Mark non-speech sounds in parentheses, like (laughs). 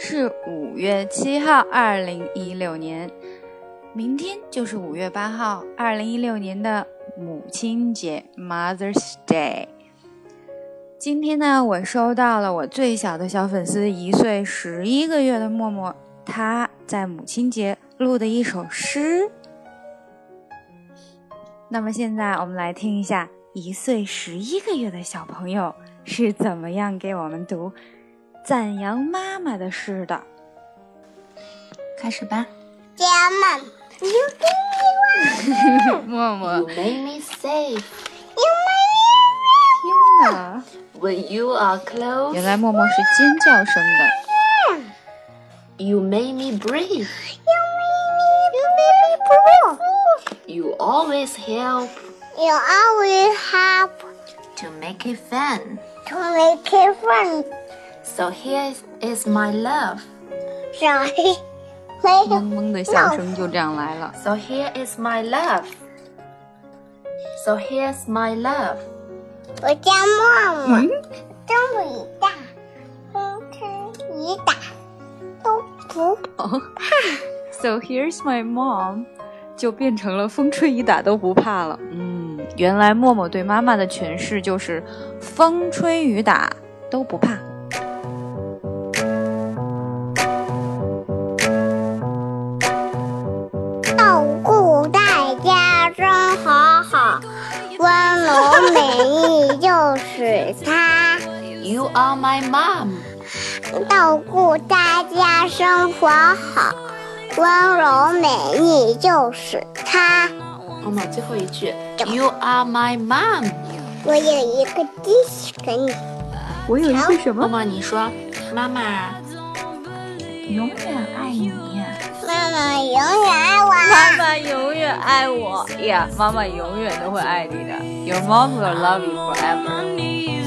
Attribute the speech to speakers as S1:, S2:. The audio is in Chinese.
S1: 是五月七号，二零一六年，明天就是五月八号，二零一六年的母亲节 （Mother's Day）。今天呢，我收到了我最小的小粉丝一岁十一个月的默默，他在母亲节录的一首诗。那么现在我们来听一下一岁十一个月的小朋友是怎么样给我们读赞扬妈妈的诗的。开始吧，
S2: Yeah, mom. You gave
S1: (laughs)
S2: me one.
S1: 默默
S3: You，made me safe
S2: You made
S1: 天哪！
S3: when you are close.
S1: 原来默默是尖叫声的。
S3: You made me breathe.
S2: me. You made me blue.
S3: You always help
S2: You always have
S3: to make it fun.
S2: to make it fun.
S3: So here is- is my love.
S2: Sorry. Play
S1: 嗡嗡的笑声就这样来了。
S3: So here is my love. So here's my love.
S2: 我叫默默，这么一大，风吹雨打都不
S1: 哦 So here's my mom，就变成了风吹雨打都不怕了。嗯，原来默默对妈妈的诠释就是风吹雨打都不怕。
S2: 照顾大家真好好，温柔美丽就是它。
S3: You are my mom.
S2: 照顾大家生活好，温柔美丽就是它。
S3: 妈妈最后一句 You are my mom。
S2: 我有一个惊喜给你，
S1: 我有一个什么？
S3: 妈妈你说妈妈永远爱你。
S2: 妈妈永远爱我。
S1: 妈妈永远爱我呀妈妈永远都会爱你的。Your mom will love you forever.
S4: knees